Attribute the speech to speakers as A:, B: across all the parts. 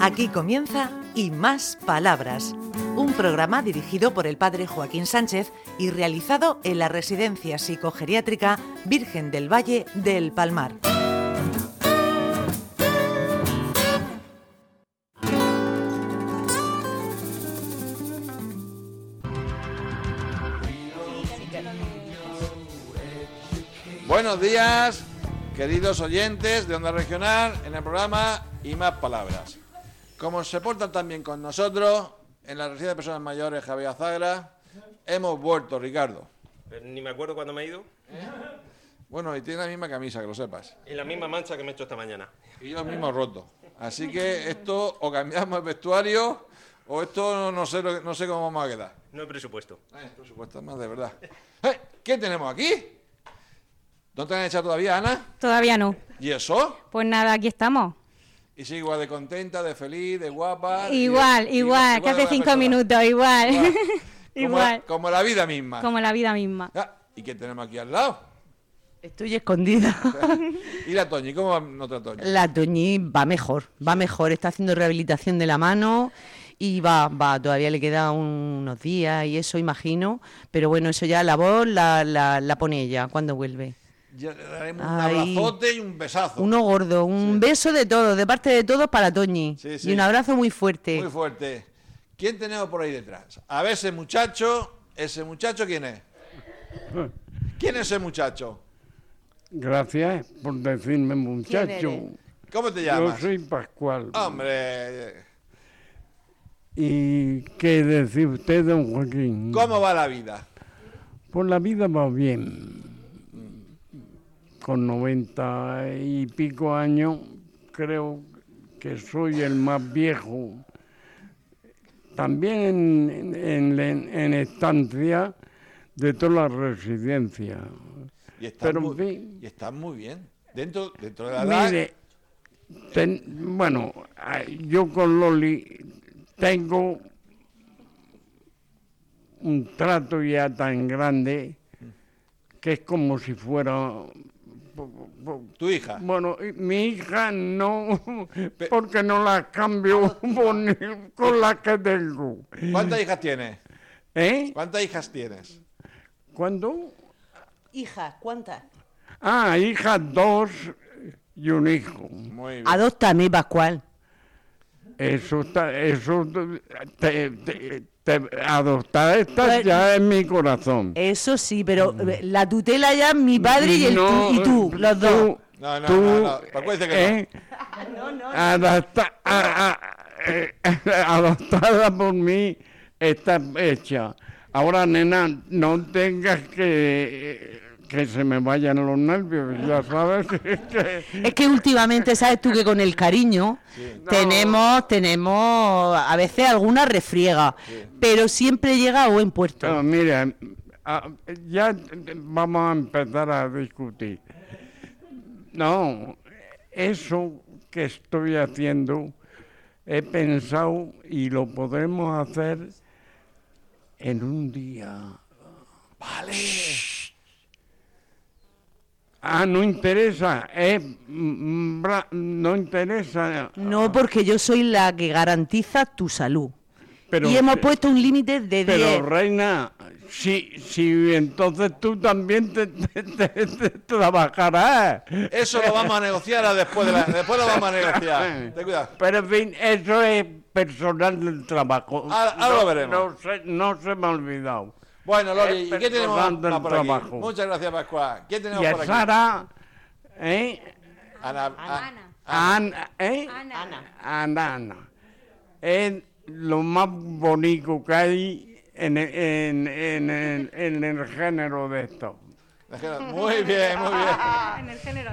A: Aquí comienza Y Más Palabras, un programa dirigido por el padre Joaquín Sánchez y realizado en la Residencia Psicogeriátrica Virgen del Valle del Palmar.
B: Buenos días, queridos oyentes de Onda Regional, en el programa Y Más Palabras. Como se portan también con nosotros, en la residencia de personas mayores Javier Azagra, hemos vuelto, Ricardo.
C: Pero Eh, ni me acuerdo cuándo me he ido.
B: Bueno, y tiene la misma camisa, que lo sepas.
C: Y la misma mancha que me he hecho esta mañana.
B: Y yo mismo roto. Así que esto, o cambiamos el vestuario, o esto no, no sé, lo que- no sé cómo vamos a quedar.
C: No hay presupuesto.
B: Eh, por supuesto, más de verdad. Eh, ¿Qué tenemos aquí? ¿No te han echado todavía, Ana?
D: Todavía no.
B: ¿Y eso?
D: Pues nada, aquí estamos.
B: Y sigue igual de contenta, de feliz, de guapa. y-
D: Igual,
B: y-
D: igual, que
B: de
D: hace
B: buena
D: cinco
B: persona.
D: minutos, igual.
B: Igual. Como,
D: Igual,
B: como la vida misma.
D: como la vida misma.
B: Ah, ¿Y qué tenemos aquí al lado?
E: Estoy escondida.
B: Y la Toñi, ¿cómo va nuestra Toñi?
E: La Toñi va mejor, va mejor. Está haciendo rehabilitación de la mano y va, va. Todavía le queda un- unos días y eso, imagino. Pero bueno, eso ya la voz la, la, la pone ella cuando vuelve.
B: Ya le daremos
E: Ay.
B: un abrazote y un besazo.
E: Uno gordo, un beso de todos, de parte de todos para Toñi.
B: Sí, sí.
E: Y un abrazo muy fuerte.
B: Muy fuerte. ¿Quién tenemos por ahí detrás? A ver, ese muchacho. ¿Ese muchacho quién es? ¿Quién es ese muchacho?
F: Gracias por decirme muchacho.
E: eres?
B: ¿Cómo te
F: Yo
B: llamas? Ah.
F: soy Pascual.
B: Hombre,
F: ¿Y qué decir usted, don Joaquín?
B: ¿cómo va la vida?
F: Pues la vida va bien. Con noventa y pico años, creo que soy el más viejo. También en, en- en- en estancia de todas las residencias.
B: Y estás,
F: Pero, en
B: muy,
F: fin.
B: y estás muy bien. Dentro, dentro de la edad. ¿eh?
F: Mire, ten- bueno, ah, yo con Loli tengo un trato ya tan grande que es como si fuera...
B: tu hija.
F: Bueno, y mi hija no, porque no la cambio por- con la que tengo.
B: ¿Cuántas hijas tienes?
F: ¿Eh?
B: ¿Cuántas hijas tienes?
F: ¿Cuándo?
E: Hija, ¿cuántas?
F: Ah, hija dos y un hijo.
B: Muy bien.
E: Adóptame, Pascual.
F: Eso está, eso te, te- te- adoptar está
E: Pues-
F: ya en mi corazón.
E: Eso sí, pero
B: Mm.
E: eh, la tutela ya mi padre y, el
F: No,
E: tú, y tú, los dos.
B: eh, No, no,
F: tú,
B: no, no, Pascual dice que
F: eh, adapta- a- a- eh, adoptada por mí está hecha. Ahora, nena, no tengas que que se me vayan los nervios, ya sabes que-
E: Es que últimamente, sabes tú que con el cariño tenemos, tenemos a veces alguna refriega, pero siempre llega a buen puerto.
F: Pero mira, a- ya vamos a empezar a discutir. No, eso que estoy haciendo, he pensado y lo podremos hacer en un día. Vale. Ah, no interesa, eh, mm, bra- no interesa.
E: No, porque yo soy la que garantiza tu salud.
F: Pero-
E: y hemos puesto un límite de 10.
F: Pero reina, si, si entonces tú también te, te- te- te trabajarás.
B: Eso lo vamos a negociar a después de la, después lo vamos a negociar. Ten cuidado.
F: Eh, Pero en fin, eso es personal del trabajo.
B: Ahora- Ah, ahora lo veremos.
F: No se, no se me ha olvidado.
B: Bueno, Loli, ¿y
F: Es
B: qué tenemos
F: personal
B: más
F: del
B: por aquí?
F: trabajo.
B: Muchas gracias, Pascual. ¿Qué tenemos
F: Y
B: por
F: a
B: aquí?
F: Sara, ¿eh?
B: Ana, ah, a-
D: Ana.
F: Ana, ¿eh?
D: Ana.
F: Ana, Ana. Es lo más bonito que hay en, en- en- en- en el género de esto.
B: Muy bien, muy bien.
D: En el género.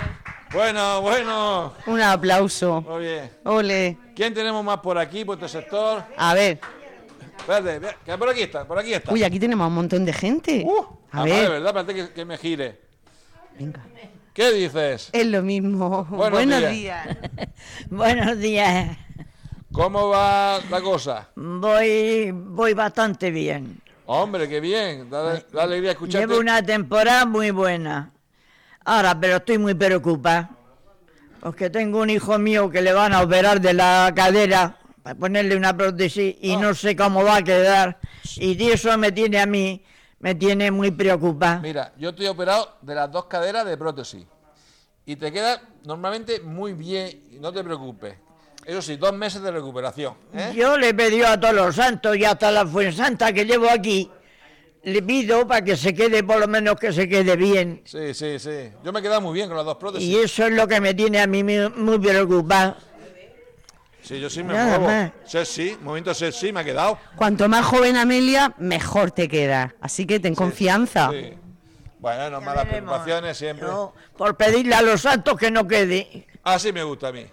B: Bueno, bueno.
E: Un aplauso.
B: Muy bien.
E: Ole.
B: ¿Quién tenemos más por aquí, por este sector?
E: A ver.
B: Espérate, ve- que por aquí está, por aquí está.
E: Uy, aquí tenemos a un montón de gente.
B: Uh,
E: a
B: además, de
E: ver.
B: verdad, espérate que, que me gire.
E: Venga.
B: ¿Qué dices?
E: Es lo mismo.
B: Buenos
E: Buenos,
B: días.
E: días.
G: Buenos días.
B: ¿Cómo va la cosa?
G: Voy, voy bastante bien.
B: Hombre, qué bien. Da, da alegría escucharte.
G: Llevo una temporada muy buena. Ahora, pero estoy muy preocupada. Porque tengo un hijo mío que le van a operar de la cadera para ponerle una prótesis y no sé cómo va a quedar. Y eso me tiene a mí, me tiene muy preocupada.
B: Mira, yo estoy operado de las dos caderas de prótesis. Y te queda normalmente muy bien, y no te preocupes. Eso sí, dos meses de recuperación. ¿eh?
G: Yo le he pedido a todos los santos y hasta la Fuensanta que llevo aquí, le pido para que se quede, por lo menos que se quede bien.
B: Sí, sí, sí. Yo me he quedado muy bien con las dos prótesis.
G: Y eso es lo que me tiene a mí muy muy preocupada.
B: Sí, yo sí me
G: Nada
B: muevo.
G: más.
B: Sexy, movimiento sexy, me ha quedado.
E: Cuanto más joven Amelia, mejor te queda. Así que ten confianza.
B: Sí. Bueno, no malas preocupaciones siempre.
G: Yo, por pedirle a los santos que no quede.
B: Así me gusta a mí.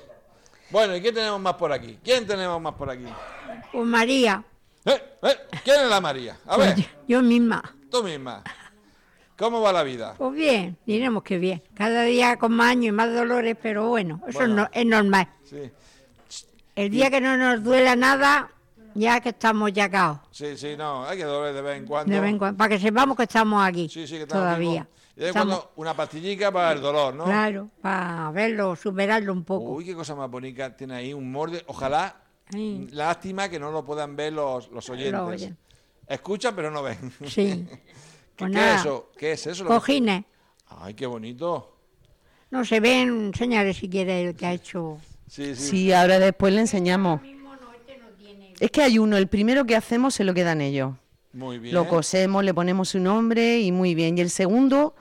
B: Bueno, ¿y qué tenemos más por aquí? ¿Quién tenemos más por aquí?
H: Pues María,
B: ¿Eh? ¿Eh? ¿Quién es la María? A ver,
H: pues yo, yo misma.
B: tú misma. ¿Cómo va la vida?
H: Pues bien, diremos que bien. Cada día con más años y más dolores, pero bueno, eso
B: Bueno.
H: no- es normal.
B: Sí,
H: El día que no nos duela nada, ya que estamos yacaos.
B: sí, sí, no, hay que doler de vez en cuando.
H: De vez en cuando, para que sepamos que estamos aquí.
B: Sí, sí, que estamos
H: todavía.
B: vivos. Y de vez en
H: Estamos-
B: cuando una pastillica para el dolor, ¿no?
H: Claro, para verlo, superarlo un poco.
B: Uy, qué cosa más bonita tiene ahí, un morde. Ojalá,
H: Sí.
B: lástima que no lo puedan ver los, los oyentes.
H: oyentes.
B: Escuchan, pero no ven.
H: Sí.
B: ¿Qué,
H: Pues
B: qué
H: nada,
B: es eso? ¿Qué es eso? Lo que-
H: Cojines.
B: Ay, qué bonito.
H: No se ven, señales si quiere el que ha hecho.
B: Sí, sí.
E: Sí, ahora después le enseñamos. Es que hay uno, el primero que hacemos se lo quedan ellos.
B: Muy bien.
E: Lo cosemos, le ponemos su nombre y muy bien. Y el segundo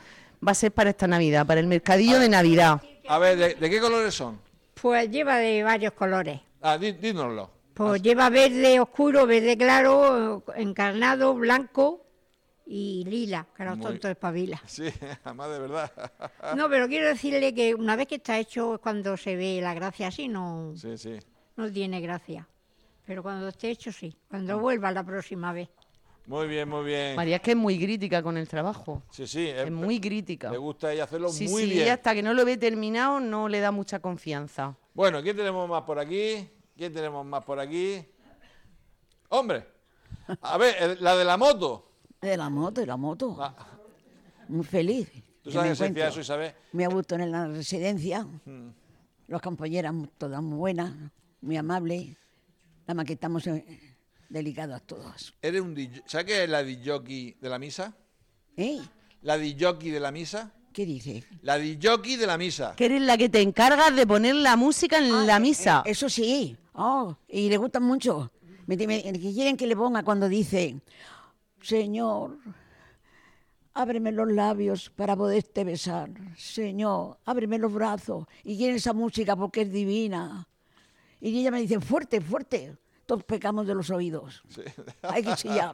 E: va a ser para esta Navidad, para el mercadillo de Navidad.
B: A ver, ¿de, de qué colores son?
H: Pues lleva de varios colores.
B: Ah, dí- dínoslo.
H: Pues lleva verde oscuro, verde claro, encarnado, blanco y lila, que los
B: Muy- Ah.
H: tontos espabila.
B: Sí, además de verdad.
H: No, pero quiero decirle que una vez que está hecho es cuando se ve la gracia, así no,
B: Sí, sí.
H: no tiene gracia. Pero cuando esté hecho sí,
B: Ah.
H: cuando vuelva la próxima vez.
B: Muy bien, muy bien.
E: María es que es muy crítica con el trabajo.
B: Sí, sí.
E: Es muy crítica.
B: Le gusta a ella hacerlo
E: Sí,
B: muy
E: sí,
B: bien.
E: ella hasta que no lo ve terminado no le da mucha confianza.
B: Bueno, ¿quién tenemos más por aquí? ¿Quién tenemos más por aquí? Hombre. A ver, el- la de la moto.
I: De la moto, de la moto.
B: Ah.
I: Muy feliz.
B: Tú
I: que
B: sabes Mm.
I: me
B: que se
I: encuentro.
B: hacía eso, Isabel.
I: Me ha gustado en la residencia. Las compañeras mu- todas muy buenas, muy amables. Nada más que estamos eh, delicadas todas.
B: Eres un DJ. ¿Sabes qué es la disjockey de la misa?
I: ¿Eh?
B: La disjockey de la misa.
I: ¿Qué dices?
B: La disjockey de la misa.
E: Que eres la que te encargas de poner la música en la misa.
I: Eso sí. Oh, y le gustan mucho. Me, me- que quieren que le ponga cuando dice, Señor, ábreme los labios para poderte besar. Señor, ábreme los brazos. Y quieren esa música porque es divina. Y ella me dice, fuerte, fuerte. Todos pecamos de los oídos. Hay que chillar.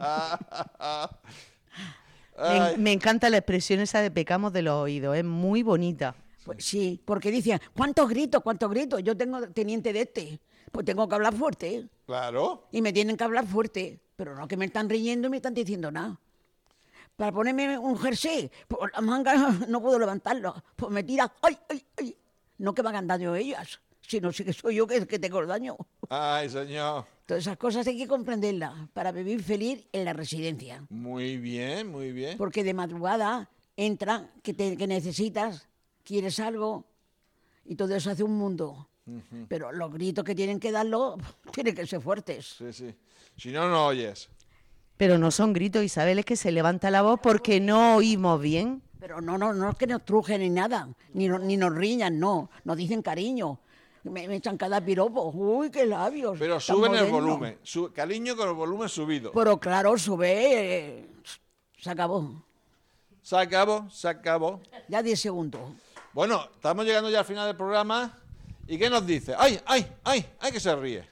E: Me,
B: Ay,
E: me encanta la expresión esa de pecamos de los oídos, es muy bonita.
I: Pues sí, porque dicen, ¿cuántos gritos, cuántos gritos? Yo tengo teniente de este. Pues tengo que hablar fuerte.
B: claro.
I: Y me tienen que hablar fuerte, pero no que me están riñendo y me están diciendo nada. Para ponerme un jersey, por las mangas no puedo levantarlo, pues me tira, ¡ay, ay, ay! No que me hagan daño ellas, sino sí que soy yo que, que tengo daño.
B: Ay, señor.
I: Todas esas cosas hay que comprenderlas para vivir feliz en la residencia.
B: Muy bien, muy bien.
I: Porque de madrugada entra, que, te- que necesitas, quieres algo, y todo eso hace un mundo. Pero los gritos que tienen que darlo tienen que ser fuertes.
B: Sí, sí. Si no, no oyes.
E: Pero no son gritos, Isabel, es que se levanta la voz porque no oímos bien.
I: Pero no, no, no es que nos trujen ni nada, ni, no- ni nos riñan, no, nos dicen cariño, me, me echan cada piropo, uy, qué labios.
B: Pero
I: tan
B: suben el
I: modernos.
B: volumen. Su- cariño con el volumen subido.
I: Pero claro, sube, eh, se acabó,
B: Se acabó, se acabó.
I: ya 10 segundos.
B: Bueno, estamos llegando ya al final del programa. ¿Y qué nos dices? ¡Ay, ay, ay! ¡Ay, que se ríe!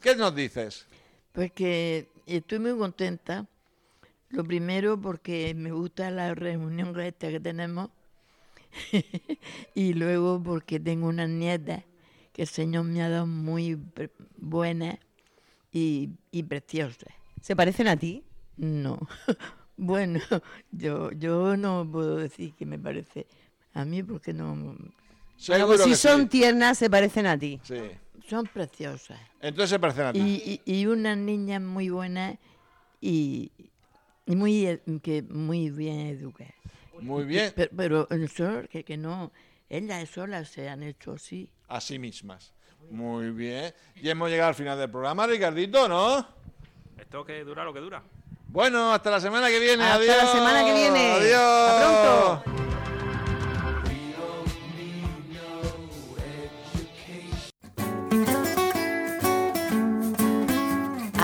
B: ¿Qué nos dices?
J: Porque Pues estoy muy contenta. Lo primero porque me gusta la reunión esta que tenemos. y luego porque tengo una nieta que el Señor me ha dado muy pre- buena y, y preciosa.
E: ¿Se parecen a ti?
J: No. bueno, yo, yo no puedo decir que me parece a mí porque no...
E: Bueno,
B: Seguro
E: pues si
B: que
E: son
B: sí.
E: tiernas, se parecen a ti.
B: Sí.
J: Son preciosas.
B: Entonces se parecen a ti.
J: y, y, y una niña muy buena y, y muy e- que muy bien educada.
B: Muy bien.
J: Pero, pero el sol, que, que no, ellas solas se han hecho así.
B: A sí mismas. Muy bien. Y hemos llegado al final del programa, Ricardito, ¿no?
C: Esto que dura lo que dura.
B: Bueno, hasta la semana que viene.
C: Hasta
B: Adiós.
C: la semana que viene.
B: Adiós.
C: Hasta pronto.